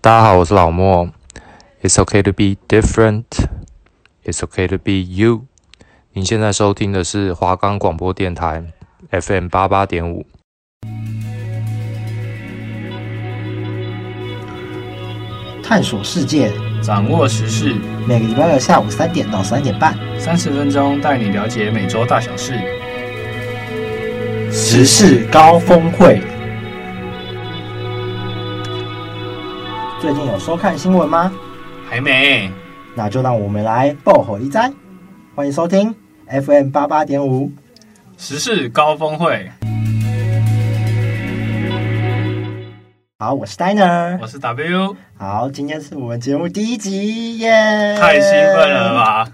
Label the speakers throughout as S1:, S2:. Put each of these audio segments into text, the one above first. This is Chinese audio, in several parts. S1: 大家好，我是老莫。It's okay to be different. It's okay to be you. 您现在收听的是华冈广播电台 FM 八八点五。
S2: 探索世界，
S3: 掌握时事，
S2: 每个礼拜六下午三点到三点半，
S3: 三十分钟带你了解每周大小事。
S2: 时事高峰会。最近有收看新闻吗？
S3: 还没，
S2: 那就让我们来爆火一灾。欢迎收听 FM 八八点五。
S3: 时事高峰会，
S2: 好，我是 Diner。
S3: 我是 W，
S2: 好，今天是我们节目第一集耶！
S3: 太兴奋了！吧！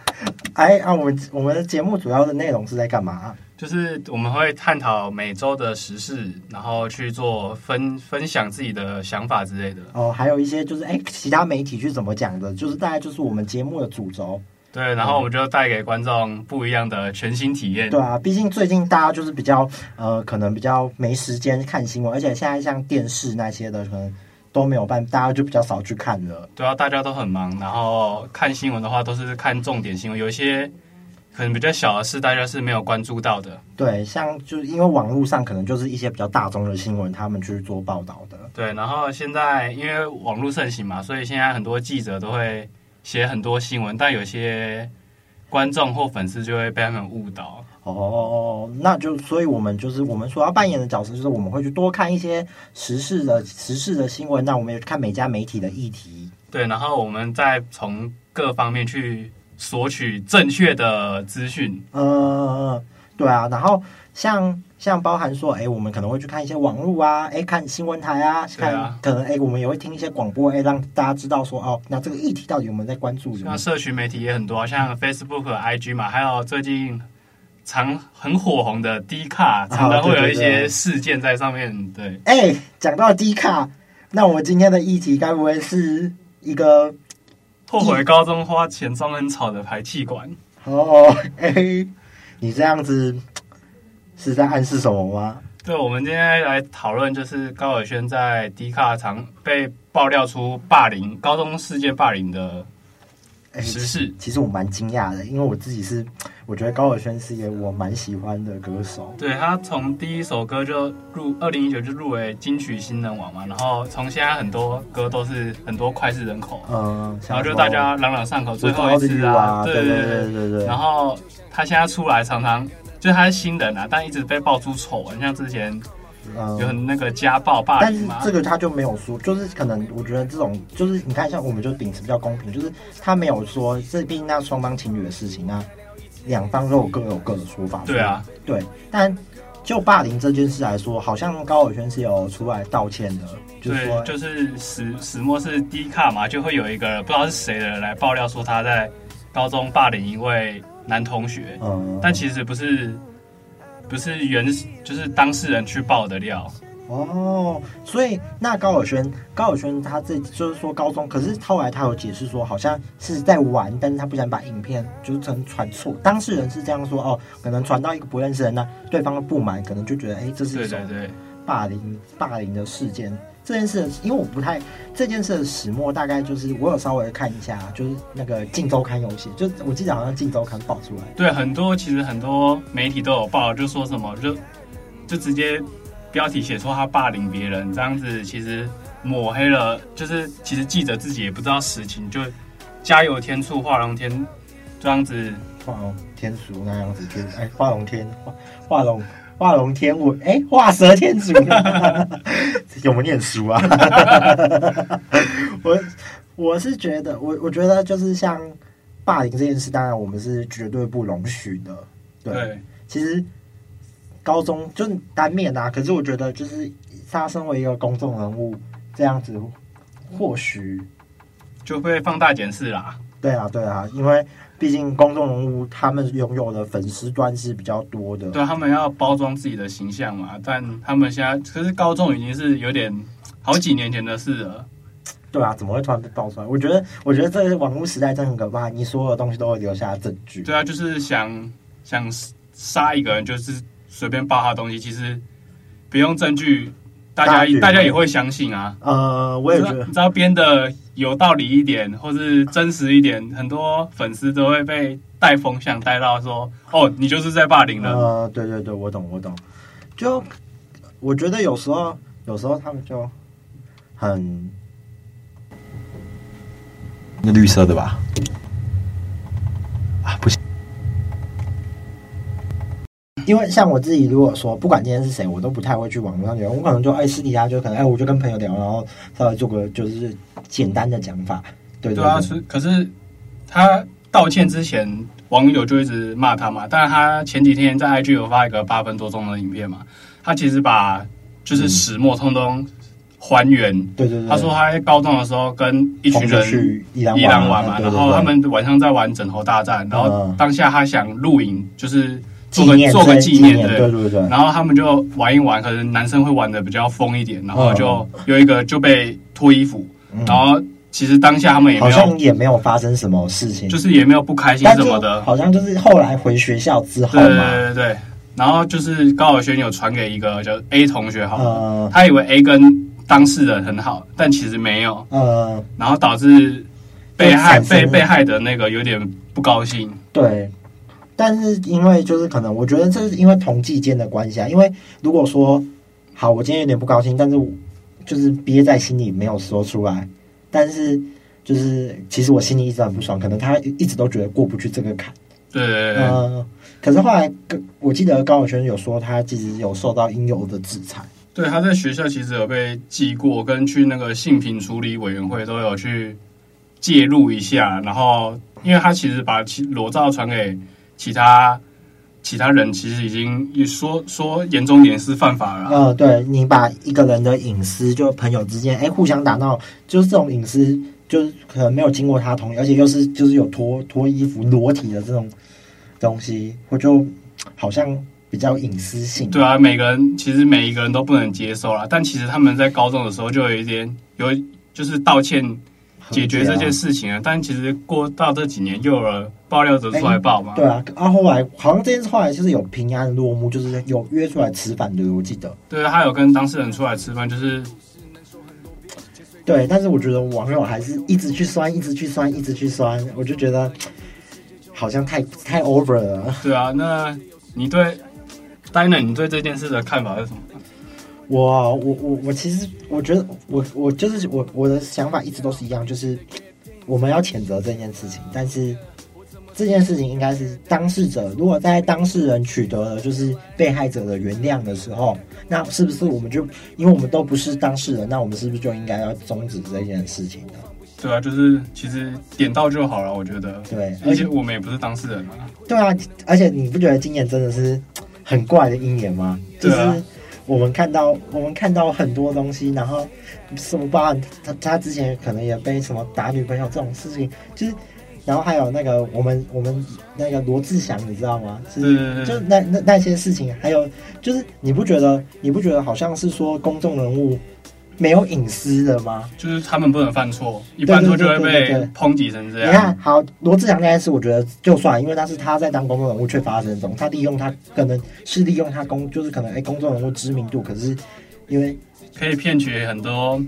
S2: 哎啊，我们我们的节目主要的内容是在干嘛？
S3: 就是我们会探讨每周的时事，然后去做分分享自己的想法之类的。
S2: 哦，还有一些就是哎，其他媒体去怎么讲的，就是大概就是我们节目的主轴。
S3: 对，然后我们就带给观众不一样的全新体验
S2: 对。啊，毕竟最近大家就是比较呃，可能比较没时间看新闻，而且现在像电视那些的可能都没有办，大家就比较少去看了。
S3: 对啊，大家都很忙，然后看新闻的话都是看重点新闻，有一些可能比较小的事大家是没有关注到的。
S2: 对，像就是因为网络上可能就是一些比较大众的新闻，他们去做报道的。
S3: 对，然后现在因为网络盛行嘛，所以现在很多记者都会写很多新闻，但有些观众或粉丝就会被他们误导。
S2: 哦，那就所以我们就是我们所要扮演的角色，就是我们会去多看一些时事的时事的新闻，那我们也去看每家媒体的议题。
S3: 对，然后我们再从各方面去索取正确的资讯。
S2: 呃，对啊，然后像像包含说，哎，我们可能会去看一些网络啊，哎，看新闻台啊，
S3: 对
S2: 看、
S3: 啊
S2: 可能哎，我们也会听一些广播，哎，让大家知道说，哦，那这个议题到底我们在关注什么
S3: 像？社群媒体也很多，像 Facebook、IG 嘛，还有最近常很火红的 D 卡，常常会有一
S2: 啊对对
S3: 些
S2: 对
S3: 事件在上面。对，
S2: 哎，讲到低卡，那我们今天的议题该不会是一个
S3: 后悔高中花钱装很吵的排气管。
S2: 哦，哎，你这样子是在暗示什么吗？
S3: 对，我们今天来讨论，就是高尔轩在迪卡常被爆料出霸凌、高中事件霸凌的
S2: 哎
S3: 时
S2: 其
S3: 事。
S2: 其实我蛮惊讶的，因为我自己是，我觉得高尔宣是一个我蛮喜欢的歌手。
S3: 对他从第一首歌就入二零一九就入围金曲新人王嘛，然后从现在很多歌都是很多脍炙人口，
S2: 嗯，
S3: 然
S2: 像
S3: 后就
S2: 什么
S3: 大家朗朗上口。最
S2: 我
S3: 后一
S2: 高
S3: 次
S2: 的欲啊，
S3: 对
S2: 对
S3: 对
S2: 对对对。
S3: 然后他现在出来常常就是他是新人啊，但一直被爆出丑闻，像之前有
S2: 嗯，
S3: 很那个家暴霸
S2: 但
S3: 凌
S2: 是
S3: 嘛
S2: 这。个他就没有说，就是可能我觉得这种就是你看，像我们就秉持比较公平，就是他没有说，这毕竟那双方情侣的事情啊，两方都有各有各的说法。
S3: 对啊，
S2: 对，但就霸凌这件事来说，好像高尔宣是有出来道歉的，就是说
S3: 对，就是始始末是低卡嘛，就会有一个人不知道是谁的人来爆料说他在高中霸凌一位男同学，
S2: 嗯，
S3: 但其实不是不是原就是当事人去爆的料，
S2: 哦，所以那高尔宣，高尔宣他这就是说高中，可是后来他有解释说，好像是在玩，但是他不想把影片就是传传错，当事人是这样说哦，可能传到一个不认识的人呢，那对方的不满，可能就觉得哎、这是
S3: 对
S2: 一种
S3: 对对，
S2: 霸凌霸凌的事件。这件事，因为我不太这件事的始末，大概就是我有稍微看一下，就是那个《镜周刊》有写，就我记得好像《镜周刊》爆出来，
S3: 对很多其实很多媒体都有报，就说什么就就直接标题写说他霸凌别人，这样子其实抹黑了，就是其实记者自己也不知道实情，就加油添醋画龙添这样子。
S2: 画龙天竺那样子，天 哎，画龙天画画龙画龙天舞，哎，画蛇添足， 有没有念书啊？ 我我是觉得，我我觉得就是像霸凌这件事，当然我们是绝对不容许的。对，
S3: 对，
S2: 其实高中就难免啊，可是我觉得就是他身为一个公众人物，这样子或许
S3: 就被放大检视啦。
S2: 对啊，对啊，因为毕竟公众人物他们拥有的粉丝端是比较多的。
S3: 对他们要包装自己的形象嘛，但他们现在可是高中已经是有点好几年前的事了。
S2: 对啊，怎么会突然被爆出来？我觉得，我觉得这个网络时代真的很可怕，你所有的东西都会留下证据。
S3: 对啊，就是想想杀一个人，就是随便爆他东西，其实不用证据，大
S2: 大家也
S3: 家
S2: 会
S3: 大家也会相信啊。
S2: 呃，我也觉得
S3: 你知道编的有道理一点，或是真实一点，很多粉丝都会被带风向带到说，哦，你就是在霸凌了。
S2: 呃，对对对，我懂我懂。就我觉得有时候，有时候他们就很那绿色的吧？啊，不行。因为像我自己，如果说不管今天是谁，我都不太会去网络上聊，我可能就哎私底下就可能哎，我就跟朋友聊，然后稍微做个就是简单的讲法，对
S3: 对
S2: 对
S3: 啊，是可是他道歉之前，网友就一直骂他嘛。但是他前几天在 IG 有发一个八分多钟的影片嘛，他其实把就是始末通通还原。
S2: 对嗯对对。
S3: 他说他在高中的时候跟一群
S2: 同学
S3: 人
S2: 去伊朗
S3: 伊朗玩嘛，
S2: 啊对
S3: 然
S2: 对
S3: 后
S2: 对
S3: 他们晚上在玩枕头大战，然后
S2: 嗯
S3: 当下他想录影，就是
S2: 纪
S3: 做个
S2: 念
S3: 做个
S2: 这
S3: 纪
S2: 念，
S3: 念，
S2: 对对对。
S3: 然后他们就玩一玩，可能男生会玩的比较疯一点，然后
S2: 嗯
S3: 就有一个就被脱衣服，
S2: 嗯
S3: 然后其实当下他们也
S2: 好
S3: 没
S2: 像
S3: 有，
S2: 也没有发生什么事情，
S3: 就是也没有不开心
S2: 但
S3: 什
S2: 就
S3: 么的，
S2: 好像就是后来回学校之后
S3: 对对
S2: 嘛，
S3: 对对对。然后就是高晓轩有传给一个叫 A 同学好了，
S2: 呃
S3: 他以为 A 跟当事人很好，但其实没有，
S2: 呃，
S3: 然后导致被害
S2: 就产生
S3: 被
S2: 了
S3: 被害的那个有点不高兴。
S2: 对。但是因为就是可能，我觉得这是因为同季间的关系啊。因为如果说好，我今天有点不高兴，但是我就是憋在心里没有说出来，但是就是其实我心里一直很不爽，可能他一直都觉得过不去这个坎。
S3: 对对对对，
S2: 嗯，可是后来，跟我记得高晓轩有说，他其实有受到应有的制裁。
S3: 对，他在学校其实有被记过，跟去那个性平处理委员会都有去介入一下。然后，因为他其实把其裸照传给其他其他人，其实已经也说说严重点是犯法了啊。
S2: 呃，对你把一个人的隐私，就朋友之间，哎，互相打闹，就是这种隐私，就是可能没有经过他同意，而且又是就是有脱脱衣服、裸体的这种东西，我就好像比较隐私性。
S3: 对啊，每个人其实每一个人都不能接受啦。但其实他们在高中的时候就有一点有就是道歉
S2: 和解啊，
S3: 解决这件事情啊。但其实过到这几年，又有了爆料者出来爆嘛。
S2: 对啊，啊，后来好像这件事后来就是有平安落幕，就是有约出来吃饭的，我记得。
S3: 对，他有跟当事人出来吃饭，就是
S2: 对，但是我觉得网友还是一直去酸，一直去酸，一直去酸，我就觉得好像太太 over 了。
S3: 对啊，那你对 Dina，你对这件事的看法是什么？
S2: 我我我我其实我觉得我我就是我我的想法一直都是一样，就是我们要谴责这件事情，但是这件事情应该是当事者，如果在当事人取得了就是被害者的原谅的时候，那是不是我们就因为我们都不是当事人，那我们是不是就应该要终止这件事情呢？
S3: 对啊，就是其实点到就好了，我觉得。
S2: 对
S3: 而且我们也不是当事人啊。
S2: 对啊，而且你不觉得今年真的是很怪的一年吗？就
S3: 对
S2: 是
S3: 啊
S2: 我们看到我们看到很多东西，然后什么包含他他之前可能也被什么打女朋友这种事情，就是然后还有那个我们我们那个罗志祥，你知道吗？就
S3: 对
S2: 是
S3: 对对
S2: 就那那那些事情，还有就是你不觉得你不觉得好像是说公众人物没有隐私的吗？
S3: 就是他们不能犯错，一犯错就会
S2: 对对
S3: 被
S2: 对对
S3: 抨击成这
S2: 你看
S3: 样。，
S2: 好，罗志祥那件事，我觉得就算，因为他是他在当公众人物却发生中，他利用他可能是利用他公，就是可能哎、公众人物知名度，可是因为
S3: 可以骗取很多，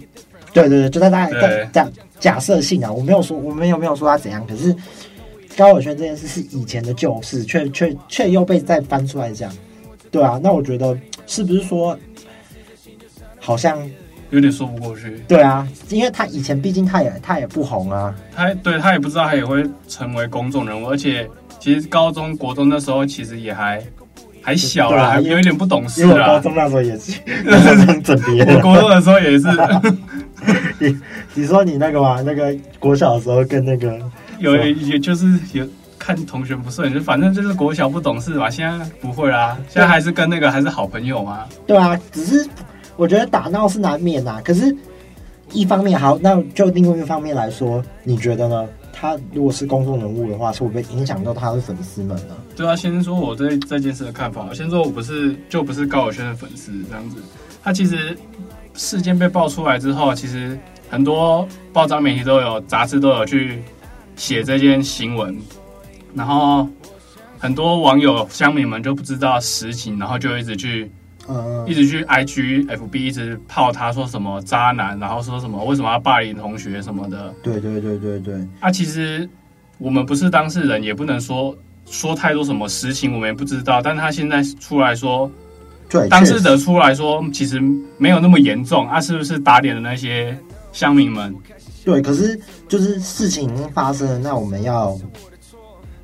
S2: 对对对，就在大
S3: 对
S2: 在假假设性啊，我没有说我没有没有说他怎样，可是啊高晓轩这件事是以前的旧事，却却却又被再翻出来讲，对啊，那我觉得是不是说好像
S3: 有点说不过去。
S2: 对啊，因为他以前毕竟他也他也不红啊，
S3: 他对他也不知道，他也会成为公众人物，而且其实高中国中那时候其实也还还小
S2: 对
S3: 啦，
S2: 啊
S3: 还
S2: 因为
S3: 有一点不懂事
S2: 因为我高
S3: 啦。
S2: 中那时候也是也是这样整别
S3: 我
S2: 人。
S3: 国中的时候 也是
S2: 你说你那个嘛，那个国小的时候跟那个，
S3: 有，也就是有看同学不顺，就反正就是国小不懂事嘛。现在不会啦，现在还是跟那个还是好朋友嘛。
S2: 对啊，只是我觉得打闹是难免呐、可是，一方面好，那就另外一方面来说，你觉得呢？他如果是公众人物的话，是会不会影响到他的粉丝们呢？
S3: 对啊，先说我对这件事的看法。啊我先说我不是就不是高晓轩的粉丝这样子。他其实事件被爆出来之后，啊其实很多报章媒体都有，杂志都有去写这件新闻，然后很多网友乡民们就不知道实情，然后就一直去
S2: 嗯
S3: 一直去 IG、FB 一直泡他说什么渣男，然后说什么为什么要霸凌同学什么的。
S2: 对对对对对，
S3: 啊，其实我们不是当事人，也不能说说太多什么实情，我们也不知道。但他现在出来说，
S2: 对，
S3: 当事
S2: 哎确实
S3: 者出来说，其实没有那么严重啊，是不是打脸了那些乡民们？
S2: 对，可是就是事情已经发生了，那我们要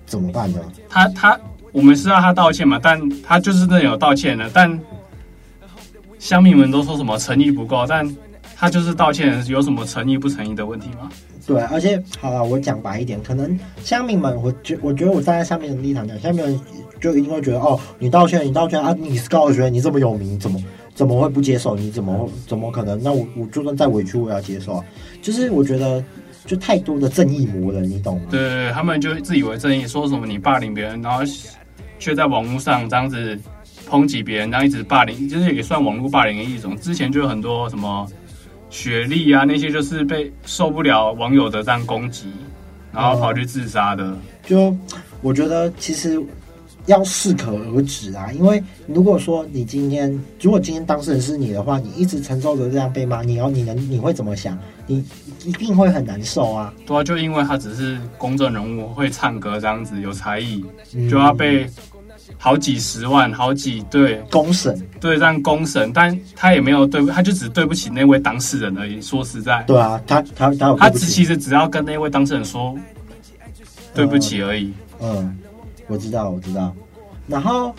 S2: 怎么办呢？
S3: 他他，我们是让他道歉嘛，但他就是真的有道歉了，但乡民们都说什么诚意不够，但他就是道歉，有什么诚意不诚意的问题吗？
S2: 对，而且好了，我讲白一点，可能乡民们，我觉我觉得我站在乡民的立场讲，乡民们就一定会觉得，哦，你道歉，你道歉啊，你是高学，你这么有名，怎么怎么会不接受？你怎么会怎么可能？那我我就算再委屈，我也要接受啊。就是我觉得，就太多的正义魔人，你懂吗？
S3: 对对对，他们就自以为正义，说什么你霸凌别人，然后却在网络上这样子抨击别人，然后一直霸凌，就是也算网络霸凌的一种。之前就有很多什么学历啊那些，就是被受不了网友的这样攻击，然后跑去自杀的。
S2: 就我觉得其实要适可而止啊，因为如果说你今天，如果今天当事人是你的话，你一直承受着这样被骂，你要你能你会怎么想？你一定会很难受啊，
S3: 对啊，就因为他只是公众人物，会唱歌这样子，有才艺，
S2: 嗯
S3: 就要被好几十万、好几对
S2: 公审，
S3: 对这样公审，但他也没有对不，他就只对不起那位当事人而已。说实在，
S2: 对啊，他他他有
S3: 他
S2: 对不
S3: 只
S2: 起
S3: 其实只要跟那位当事人说对不起而已。
S2: 嗯，我知道，我知道。然后，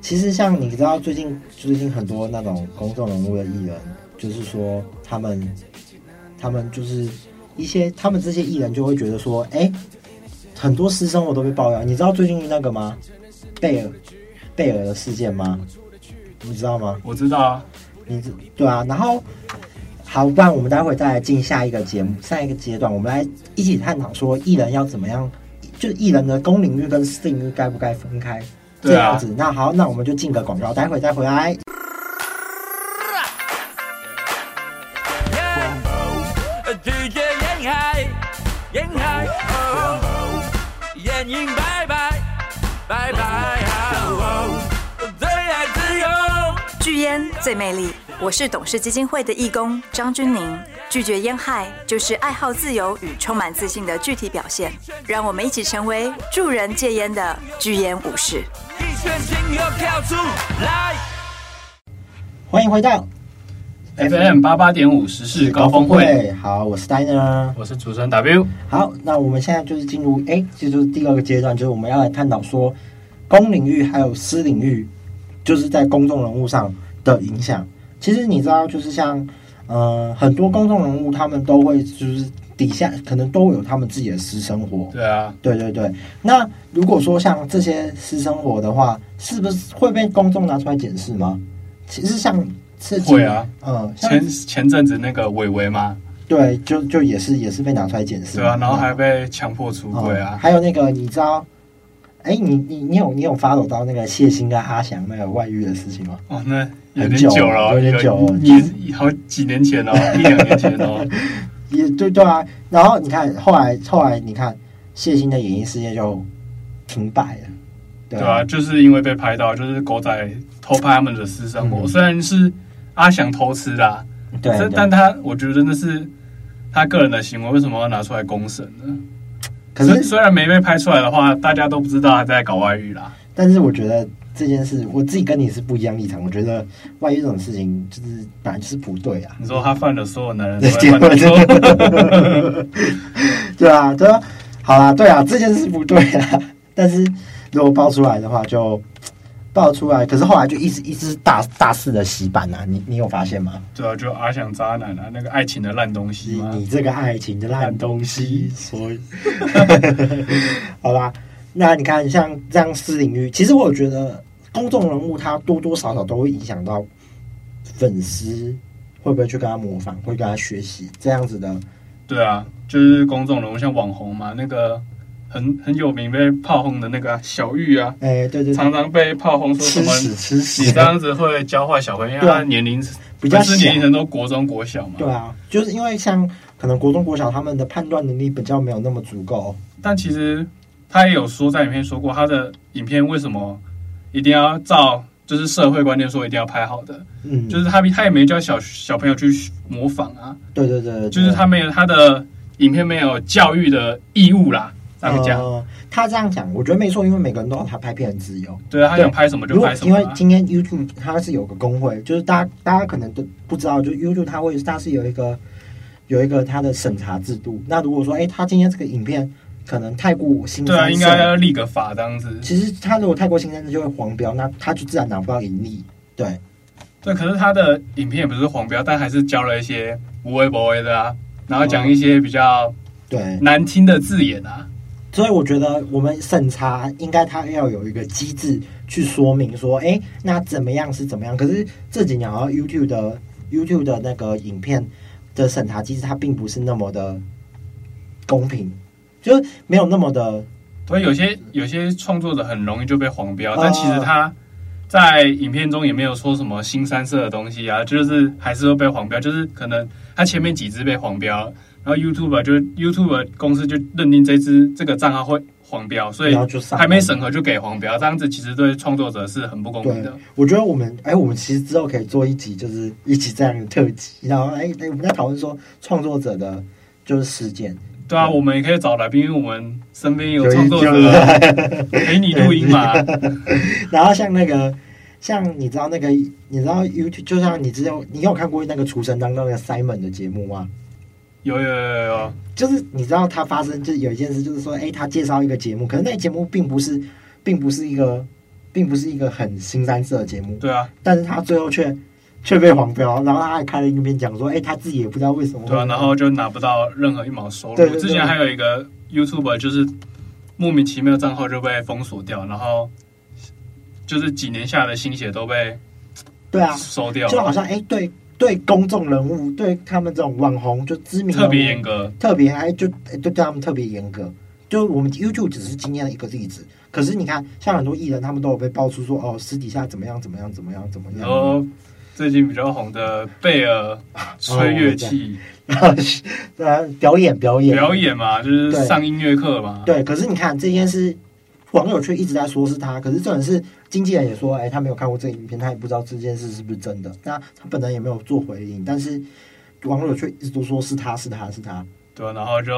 S2: 其实像你知道，最近最近很多那种公众人物的艺人，就是说他们，他们就是一些他们这些艺人就会觉得说，哎，很多私生活都被爆料。你知道最近那个吗？贝尔贝尔的事件吗？你知道吗？
S3: 我知道啊，
S2: 你知对啊，然后好，不然我们待会再来进下一个节目，下一个阶段，我们来一起探讨说艺人要怎么样，就是艺人的公领域跟私领域该不该分开。这
S3: 对啊
S2: 样子，那好，那我们就进个广告，待会再回来。
S4: 住嘅影系，影系，哦人影拜拜，拜拜，哦最爱自由。
S5: 拒烟最美丽。我是董事基金会的义工张君宁。拒绝烟害就是爱好自由与充满自信的具体表现。让我们一起成为助人戒烟的拒烟武士。
S4: 一圈请又跳出来。
S2: 欢迎回到嗯
S3: FM 八八点五十是高峰会，，
S2: 哎好，我是 Diner。
S3: 我是主持人 W。
S2: 好，那我们现在就是进入，哎，这就是第二个阶段，就是我们要来探讨说公领域还有私领域，就是在公众人物上的影响。其实你知道，就是像呃很多公众人物，他们都会就是底下可能都有他们自己的私生活。
S3: 对啊，
S2: 对对对，那如果说像这些私生活的话，是不是会被公众拿出来检视吗？其实像是
S3: 会啊，
S2: 嗯，像
S3: 前前阵子那个伟伟嘛，
S2: 对，就就也是也是被拿出来检视
S3: 对
S2: 嘛，
S3: 啊，然后还被强迫出轨
S2: 哦
S3: 啊。
S2: 还有那个，你知道，哎、你你你有你有 follow 到那个谢欣跟阿翔那个外遇的事情吗？
S3: 哦，那有
S2: 嗯很
S3: 点
S2: 久
S3: 久
S2: 了
S3: 了哦，
S2: 有点久了
S3: 也好几年前哦，一两年前哦。
S2: 也对对啊。然后你看，后来后来你看，谢欣的演艺事业就停摆了，对
S3: 对啊，就是因为被拍到，就是狗仔偷拍他们的私生活，
S2: 嗯
S3: 虽然是阿翔偷吃的、啊，
S2: 对
S3: 这
S2: 对
S3: 但他我觉得真的是他个人的行为，为什么要拿出来公审呢？
S2: 可
S3: 虽
S2: 是
S3: 虽然没被拍出来的话，大家都不知道他在搞外遇啦。
S2: 但是我觉得这件事，我自己跟你是不一样立场。我觉得外遇这种事情就是本来就是不对啊。
S3: 你说他犯了所有 男人都
S2: 对，
S3: 会
S2: 结
S3: 犯
S2: 婚
S3: 的错，
S2: 对啊，对啊，好啦，对啊，这件事不对啊，但是如果爆出来的话就。爆出来，可是后来就一直一直大大肆的洗版啊！你你有发现吗？
S3: 对啊，就阿翔渣男啊，那个爱情的烂东西
S2: 你
S3: 嘛。
S2: 你这个爱情的啊烂东西，所以 好啦，那你看像这样私领域，其实我觉得公众人物他多多少少都会影响到粉丝会不会去跟他模仿，会跟他学习这样子的
S3: 对啊，就是公众人物，像网红嘛，那个很很有名被炮轰的那个啊小玉啊，
S2: 哎、对对对
S3: 常，常被炮轰说什
S2: 吃
S3: 么
S2: 屎吃屎，
S3: 你这样子会教坏小朋友，因为
S2: 对啊
S3: 他年龄
S2: 比较
S3: 不是
S2: 小
S3: 年龄层都国中国小嘛。
S2: 对啊，就是因为像可能国中国小他们的判断能力比较没有那么足够，
S3: 但其实他也有说在影片说过，他的影片为什么一定要照就是社会观念说一定要拍好的，
S2: 嗯，
S3: 就是他他也没叫小小朋友去模仿啊，
S2: 对对对，对
S3: 就是他没有他的影片没有教育的义务啦，这样讲，
S2: 呃他这样讲，我觉得没错，因为每个人都有他拍片的自由。
S3: 对啊，他想拍什么
S2: 如
S3: 就
S2: 果
S3: 拍什
S2: 因
S3: 么
S2: 为
S3: 啊，
S2: 今天 YouTube 它是有个工会，就是大家大家可能都不知道，就 YouTube 它会它是有一个有一个它的审查制度。那如果说，哎、他今天这个影片可能太过新
S3: 对啊，
S2: 三
S3: 应
S2: 色，
S3: 该要立个法这样子，
S2: 其实他如果太过新三色就会黄标，那他就自然拿不到盈利。对，
S3: 对，可是他的影片也不是黄标，但还是教了一些无微不微的啊，然后
S2: 嗯
S3: 讲一些比较
S2: 对，
S3: 难听的字眼啊，
S2: 所以我觉得我们审查应该它要有一个机制去说明说，哎，那怎么样是怎么样。可是这几年好像 YouTube 的 YouTube 的那个影片的审查机制，它并不是那么的公平，就是没有那么的
S3: 所以有些有些创作者很容易就被黄标，
S2: 啊
S3: 但其实他。在影片中也没有说什么新三色的东西啊，就是还是会被黄标，就是可能他前面几支被黄标，然后 YouTube 就 YouTube 公司就认定这支这个账号会黄标，所以
S2: 然后就上
S3: 还没审核就给黄标，这样子其实对创作者是很不公平
S2: 对
S3: 的。，
S2: 我觉得我们哎，我们其实之后可以做一集，就是一集这样的特辑，然后哎，哎我们在讨论说创作者的就是事件，
S3: 对啊，
S2: 对
S3: 我们也可以找来宾，因为我们身边有
S2: 有一
S3: 创作
S2: 有
S3: 者陪你录音嘛。
S2: 然后像那个，像你知道那个，你知道 YouTube，就像你知道，你有看过那个《厨神》当中那个 Simon 的节目吗？
S3: 有有有有有，
S2: 就是你知道他发生，就是有一件事，就是说，哎，他介绍一个节目，可是那个节目并不是，并不是一个，并不是一个很新三色的节目，
S3: 对啊
S2: 但是他最后却却被黄标，然后他还开了一个面讲说，哎，他自己也不知道为什么会，
S3: 对啊，然后就拿不到任何一毛收入。
S2: 对对对
S3: 之前还有一个 YouTube 就是莫名其妙账号就被封锁掉，然后就是几年下的心血都被
S2: 对啊，
S3: 收掉
S2: 就好
S3: 了，
S2: 像哎，对对，公众人物，对他们这种网红，就知名人物
S3: 特别严格。
S2: 特别还就哎对对他们特别严格。就我们 YouTube 只是今天的一个例子，可是你看，像很多艺人，他们都有被爆出说，哦，私底下怎么样怎么样怎么样怎么样，
S3: 然后最近比较红的贝
S2: 哦
S3: 尔吹乐器
S2: 然后是 呃表演表演
S3: 表演嘛，就是
S2: 对
S3: 上音乐课嘛。
S2: 对。可是你看这件事，网友却一直在说是他，可是这种事，经纪人也说，哎，他没有看过这个影片，他也不知道这件事是不是真的。那他本人也没有做回应，但是网友却一直都说是他是他是他。
S3: 对啊，然后就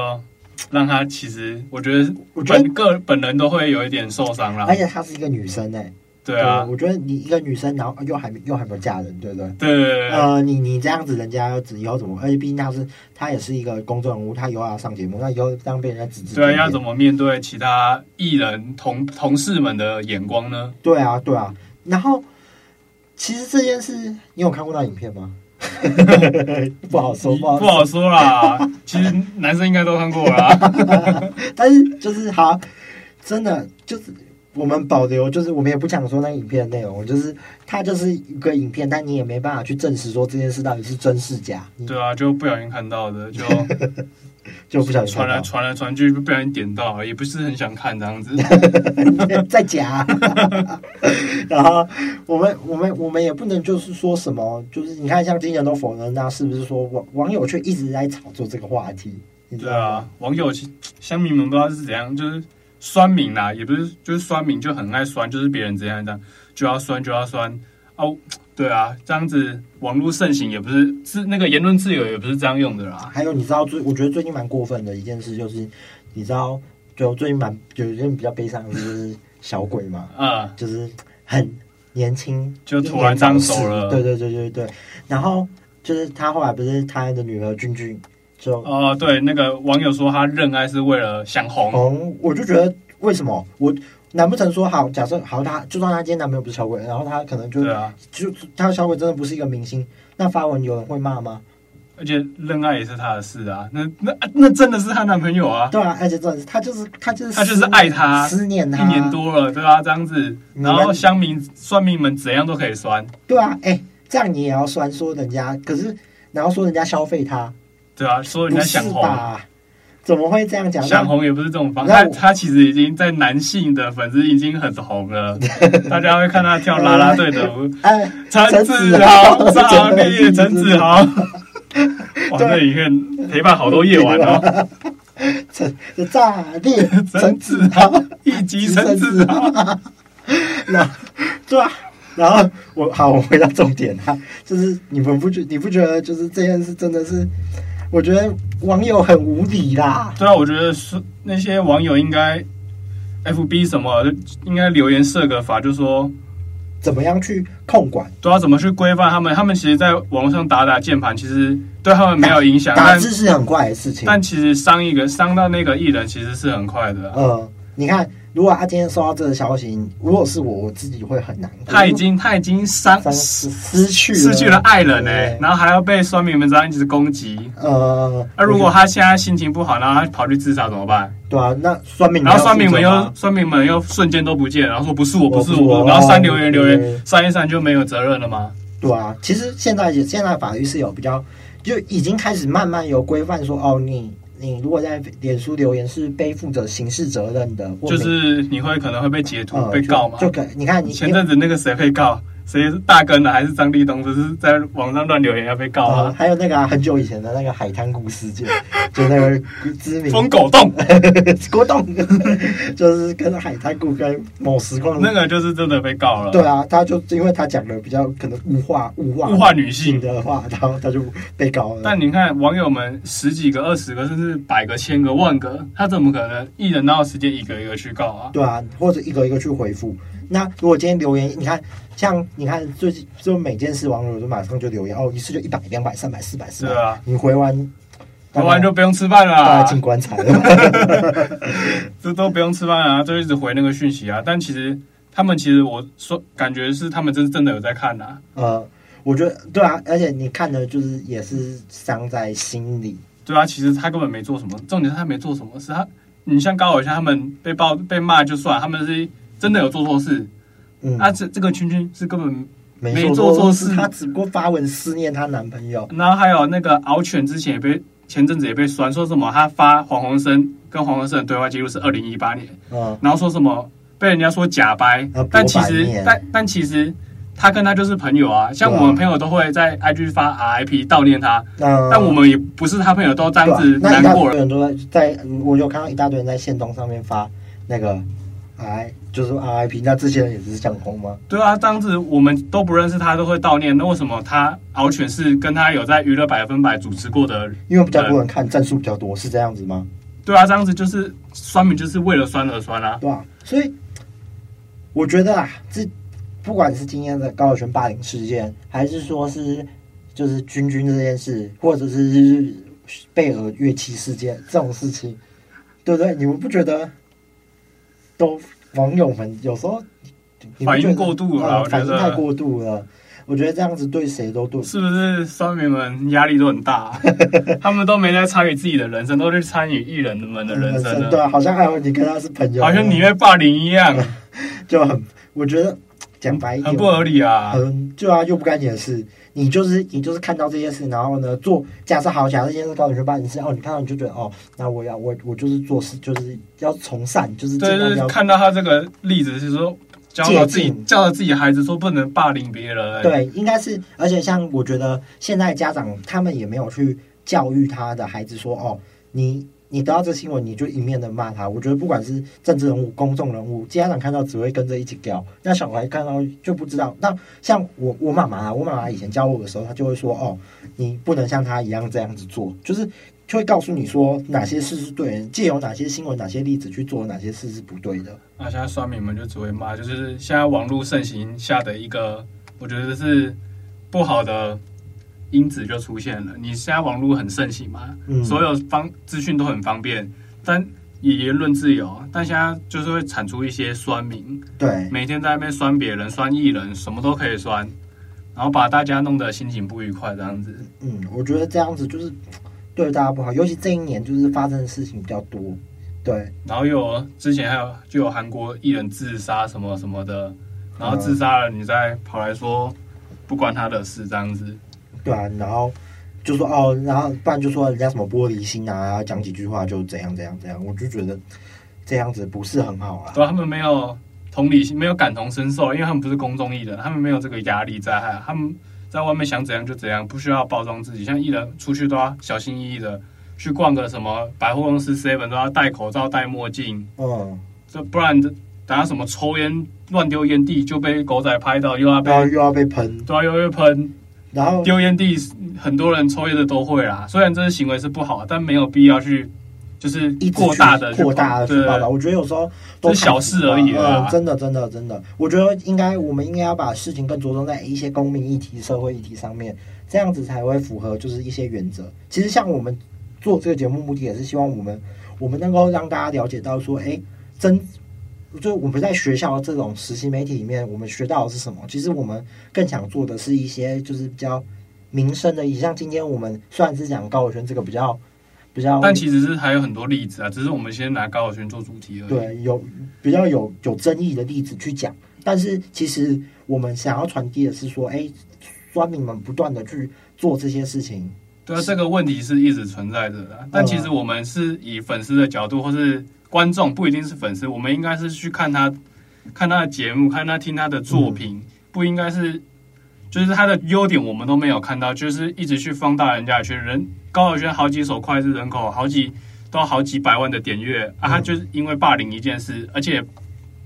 S3: 让他其实，我觉得
S2: 我觉得
S3: 本个本人都会有一点受伤啦
S2: 而。且她是一个女生哎、
S3: 啊对啊，
S2: 我觉得你一个女生，然后又还没又还没有嫁人，对不对？
S3: 对对对对
S2: 呃，你你这样子，人家只以后怎么？而且毕竟他是他也是一个公众人物，他以后要上节目，那以后这样被人家指指
S3: 对啊，
S2: 点
S3: 要
S2: 点
S3: 怎么面对其他艺人同同事们的眼光呢？
S2: 对啊，对啊。然后其实这件事，你有看过那影片吗？ 不好说，不好
S3: 不
S2: 说。
S3: 好说啦。其实男生应该都看过啦。
S2: 但是就是好，真的就是我们保留，就是我们也不想说那个影片的内容，就是它就是一个影片，但你也没办法去证实说这件事到底是真是假，你
S3: 对啊，就不小心看到的，就
S2: 就不小心
S3: 传
S2: 看
S3: 来
S2: 到
S3: 传来传去，不小心点到，也不是很想看这样子。
S2: 在夹，然后我们我们我们也不能就是说什么，就是你看像今年都否认，那是不是说网网友却一直在炒作这个话题？你知
S3: 对
S2: 道吗
S3: 啊？，网友其乡民们不知道是怎样，就是酸民啦，也不是就是酸民就很爱酸，就是别人怎样这样就要酸就要酸哦，对啊，这样子网络盛行也不是是那个言论自由也不是这样用的啦，
S2: 还有你知道最我觉得最近蛮过分的一件事就是，你知道就最近蛮有一件比较悲伤的事就是小鬼嘛，
S3: 啊、
S2: 就是很年轻，
S3: 就突然张手了
S2: 对对对对对。然后就是他后来不是他的女儿君君就
S3: 哦，对，那个网友说他认爱是为了想红，
S2: 红，哦我就觉得为什么我难不成说好？假设好他，就算他今天男朋友不是小鬼，然后他可能就、
S3: 对啊，
S2: 就他小鬼真的不是一个明星，那发文有人会骂吗？
S3: 而且认爱也是他的事啊，那那那真的是她男朋友啊，
S2: 对啊，而且真的是他就是他就是
S3: 他就
S2: 思
S3: 是
S2: 念
S3: 爱他
S2: 思念他
S3: 一年，多了，对啊，这样子，
S2: 你
S3: 然后
S2: 们
S3: 乡民酸民们怎样都可以酸，
S2: 对啊，哎、这样你也要酸说人家，可是然后说人家消费他，
S3: 对啊，说人
S2: 不
S3: 家
S2: 是
S3: 想红。
S2: 吧？怎么会这样讲？
S3: 想红也不是这种方式，
S2: 那
S3: 他
S2: 我
S3: 他其实已经在男性的粉丝已经很红 了，大家会看他跳啦啦队的舞，
S2: 那哎，
S3: 陈
S2: 陈
S3: 子
S2: 子
S3: 豪、
S2: 豪
S3: 张烈、陈
S2: 陈
S3: 子
S2: 子
S3: 豪，哇，那影片陪伴好多夜晚 哦，
S2: 啊陈炸 裂
S3: 陈
S2: 陈
S3: 子
S2: 子
S3: 豪
S2: 豪，
S3: 啊 一集陈子豪，
S2: 那对啊，然后我好，我回到重点啊，就是你们不觉你不觉得就是这件事真的是，我觉得网友很无理啦。
S3: 对啊，我觉得是那些网友应该，FB 什么应该留言设个法，就说
S2: 怎么样去控管？
S3: 都要怎么去规范他们。他们其实在网络上打打键盘，其实对他们没有影响，
S2: 打
S3: 但
S2: 字是很快的事情。
S3: 但其实伤一个伤到那个艺人其实是很快的啊、
S2: 呃，你看，如果他今天收到这个消息，如果是我，我自己会很难过。
S3: 他已经他已经伤
S2: 三失失去了
S3: 失去了爱人欸呢、
S2: 对
S3: 然后还要被酸民们这样一直攻击。
S2: 呃，
S3: 那、如果他现在心情不好，然后他跑去自杀怎么办？
S2: 对啊，那酸民，
S3: 然后酸民们又酸民们又瞬间都不见，然后说不是我，不是
S2: 我
S3: 我，
S2: 不
S3: 然后删
S2: 我
S3: 留言留言
S2: 对
S3: 删一删就没有责任了吗？
S2: 对啊，其实现在也现在法律是有比较，就已经开始慢慢有规范说，哦，你你如果在脸书留言是背负着刑事责任的，或
S3: 就
S2: 民
S3: 是你会可能会被截图、
S2: 呃
S3: 被告嘛？
S2: 就就可你看你
S3: 前阵子那个谁被告，谁是大根的还是张立东，不是在网上乱留言要被告
S2: 呃
S3: 啊？
S2: 还有那个啊、很久以前的那个海滩故事件，就那个知名
S3: 疯狗洞
S2: 郭董， 就是跟海滩股跟某时光
S3: 那个就是真的被告了。
S2: 对啊，他就因为他讲了比较可能物化物化
S3: 物化女性
S2: 的话，然后他就被告了。
S3: 但你看，网友们十几个、二十个，甚至百个、千个、万个，他怎么可能一人哪有时间一个一个去告啊？
S2: 对啊，或者一个一个去回复。那如果今天留言，你看像你看最近就每件事，网友就马上就留言哦，一次就一百、两百、三百、四百、四百
S3: 对啊，
S2: 你回完
S3: 回完就不用吃饭了
S2: 大
S3: 啊
S2: 家，进棺材 了。
S3: 这都不用吃饭啊，就一直回那个讯息啊。但其实他们其实我说感觉是他们真真的有在看呐、啊，
S2: 呃，我觉得对啊，而且你看的就是也是伤在心里。
S3: 对啊，其实他根本没做什么，重点是他没做什么事。他你像高晓像他们被爆被骂就算，他们是真的有做错事，
S2: 嗯，
S3: 啊这这个圈圈是根本。没
S2: 没
S3: 做错事
S2: 事，她只不过发文思念她男朋友。
S3: 然后还有那个敖犬之前也被前阵子也被酸，说什么他发黄鸿升跟黄鸿升的对话记录是二零一八年，
S2: 嗯，
S3: 然后说什么被人家说假掰
S2: 啊，
S3: 但其
S2: 博
S3: 实
S2: 白面
S3: 但但其实他跟他就是朋友啊，像
S2: 对啊
S3: 我们朋友都会在 IG 发 RIP 悼念他，
S2: 那
S3: 但我们也不是他朋友，都这
S2: 对
S3: 样子
S2: 啊那一
S3: 难
S2: 大
S3: 过
S2: 堆
S3: 了。
S2: 人都在，在我有看到一大堆人在线动上面发那个 I，就是 RIP，那这些人也只是想红吗？
S3: 对啊，这样子我们都不认识他，都会悼念。那为什么他敖犬是跟他有在娱乐百分百主持过的人？
S2: 因为比较多人看，战术比较多，是这样子吗？
S3: 对啊，这样子就是酸民就是为了酸而酸啊。
S2: 对吧、所以我觉得啊，这不管是今天的高晓轩霸凌事件，还是说是就是君君这件事，或者是贝尔乐器事件这种事情，对不对？你们不觉得都网友们有时候你
S3: 反应过度了
S2: 呃
S3: 我觉
S2: 反应
S3: 得
S2: 太过度了。我觉得这样子对谁都对，
S3: 是不是酸民们压力都很大、啊 他们都没在参与自己的人生，都去参与艺人们的人生
S2: 对
S3: 了，
S2: 啊，好像还有你跟他是朋友，
S3: 好像你被霸凌一样，
S2: 就很，我觉得讲白一点，
S3: 很不合理啊！
S2: 嗯，对啊，又不干你的事，你就是你就是看到这件事，然后呢，做假设好，假设这件事高等学霸你是哦，你看到你就觉得哦，那我要我我就是做事就是要从善，就是
S3: 对，
S2: 尽
S3: 就
S2: 量
S3: 是
S2: 要
S3: 看到他这个例子，是说教导自己
S2: 戒禁
S3: 教导自己孩子说不能霸凌别人，，哎
S2: 对，应该是，而且像我觉得现在家长他们也没有去教育他的孩子说哦，你你得到这新闻你就一面的骂他，我觉得不管是政治人物、公众人物，家长看到只会跟着一起掉，那小孩看到就不知道。那像我我妈妈啊，我妈妈以前教我的时候，她就会说哦，你不能像他一样这样子做，就是就会告诉你说哪些事是对的，借由哪些新闻、哪些例子去做哪些事是不对的。
S3: 那现在酸民们就只会骂，就是现在网络盛行下的一个，我觉得是不好的因子就出现了。你现在网络很盛行嘛，
S2: 嗯
S3: 所有方资讯都很方便，但也言论自由，但现在就是会产出一些酸民，
S2: 对，
S3: 每天在那边酸别人、酸艺人，什么都可以酸，然后把大家弄得心情不愉快这样子。
S2: 嗯，我觉得这样子就是对大家不好，尤其这一年就是发生的事情比较多。对，
S3: 然后又有之前还有就有韩国艺人自杀什么什么的，然后自杀了，你再跑来说不关他的事这样子。
S2: 对啊，然后就说哦，然后不然就说人家什么玻璃心啊，讲几句话就怎样怎样怎样，我就觉得这样子不是很好啊。
S3: 对啊、他们没有同理心，没有感同身受，因为他们不是公众艺人，他们没有这个压力在，还他们在外面想怎样就怎样，不需要包装自己。像艺人出去都要小心翼翼的，去逛个什么百货公司 seven 都要戴口罩、戴墨镜，
S2: 嗯，
S3: 这不然这等下什么抽烟乱丢烟蒂就被狗仔拍到，又要被
S2: 然后又要被喷，
S3: 对啊，又被喷。
S2: 然后
S3: 丢烟蒂，很多人抽烟的都会啦。虽然这些行为是不好，但没有必要去就是
S2: 一直去
S3: 过大的
S2: 扩大的去
S3: 对
S2: 报道。我觉得有时候都
S3: 这是小事而已
S2: 嗯，
S3: 啦
S2: 真的，真的，真的，我觉得应该，我们应该要把事情更着重在一些公民议题、社会议题上面，这样子才会符合就是一些原则。其实像我们做这个节目目的也是希望我们我们能够让大家了解到说，哎、真。就我们在学校这种实习媒体里面，我们学到的是什么？其实我们更想做的是一些就是比较民生的。像今天我们虽然是讲高尔宣这个比较比较，
S3: 但其实是还有很多例子啊，只是我们先拿高尔宣做主题而已。，
S2: 对，有比较有有争议的例子去讲，但是其实我们想要传递的是说，哎、酸民们不断的去做这些事情，
S3: 对啊，这个问题是一直存在着的啊。
S2: 嗯
S3: 但其实我们是以粉丝的角度，或是观众，不一定是粉丝，我们应该是去看他看他的节目，看他听他的
S2: 嗯
S3: 作品，不应该是。就是他的优点我们都没有看到，就是一直去放大人家的缺点人高晓轩好几首脍炙人口，好几都好几百万的点阅
S2: 嗯
S3: 啊，他就是因为霸凌一件事，而且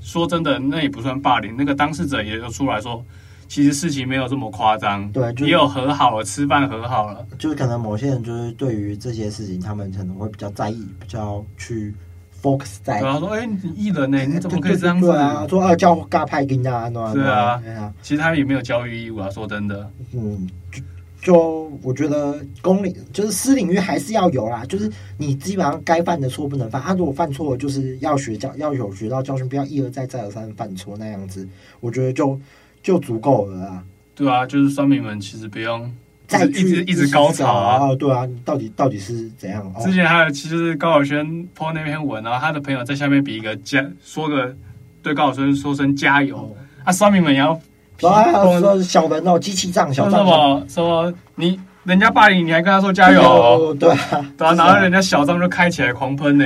S3: 说真的，那也不算霸凌，那个当事者也有出来说，其实事情没有这么夸张，
S2: 对就是
S3: 也有和好了，吃饭和好了。
S2: 就是可能某些人就是对于这些事情，他们可能会比较在意，比较去 focus 在
S3: 对。啊，说哎、你艺人呢、你怎么可以这样子？
S2: 对啊，说啊，叫尬派给啊，对啊，
S3: 对啊
S2: 对啊，
S3: 其实他也没有教育义务啊，说真的，
S2: 嗯，就就我觉得公领就是私领域还是要有啦，就是你基本上该犯的错不能犯，啊他、如果犯错了就是要学教，要有学到教训，不要一而再再而三地犯错那样子，我觉得就就足够了啊。
S3: 对啊，就是酸民们其实不用
S2: 再
S3: 一直一直
S2: 去
S3: 一直高潮啊。
S2: 啊，对啊，你到底到底是怎样？哦
S3: 之，前还有其实是高晓轩 po 那篇文，然啊后他的朋友在下面比一个加，说个对高晓轩说声加
S2: 哦
S3: 油，啊，酸民们也要
S2: 然后还有
S3: 说
S2: 说小人哦，机器账，哎小
S3: 什
S2: 账小
S3: 么说你人家霸凌你还跟他说加油，
S2: 对啊，
S3: 对啊，
S2: 是啊
S3: 然 后人家小张就开起来狂喷呢、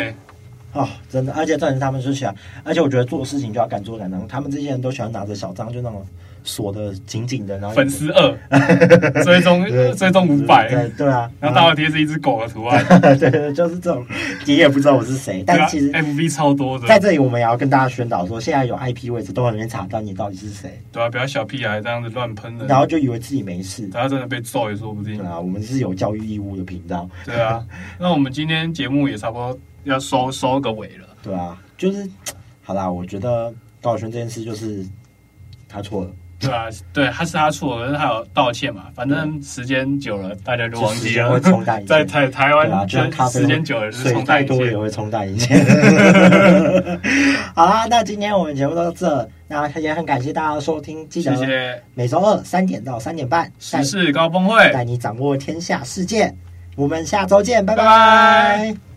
S2: 啊、真的，而且重点是他们是喜欢，而且我觉得做事情就要敢做敢当，他们这些人都喜欢拿着小张，就那种锁的紧紧的，然后也
S3: 粉
S2: 不
S3: 丝二追踪
S2: 对
S3: 追踪五百，
S2: 对对啊，
S3: 然后大头贴是一只狗的图案，啊
S2: 对 对，就是这种，你也不知道我是谁，
S3: 对
S2: 但
S3: 啊
S2: 其实。
S3: FB 超多的，
S2: 在这里，我们也要跟大家宣导说，现在有 IP 位置都很容易查到你到底是谁，
S3: 对啊，不要小屁孩这样子乱喷人，
S2: 然后就以为自己没事。
S3: 他真的被揍也说不定
S2: 对。啊，我们是有教育义务的频道，
S3: 对啊，那我们今天节目也差不多要收收个尾了。
S2: 对啊，就是，好啦，我觉得高晓轩这件事就是他错了，
S3: 对啊，对，他是他错了，可是他有道歉嘛。反正时间久了，大家就忘
S2: 就时
S3: 记
S2: 间
S3: 了
S2: 会。冲淡一切
S3: 在。台台
S2: 对啊，
S3: 湾，
S2: 就像咖啡
S3: 时间久了就是
S2: 水
S3: 冲
S2: 太
S3: 淡一
S2: 多
S3: 切
S2: 也。会冲淡一 切。好啦，那今天我们节目到这，那也很感谢大家的收听，记
S3: 谢
S2: 得
S3: 谢
S2: 每周二三点到三点半，
S3: 时事高峰会。
S2: 带你掌握天下世界。我们下周见，拜
S3: 拜拜
S2: 拜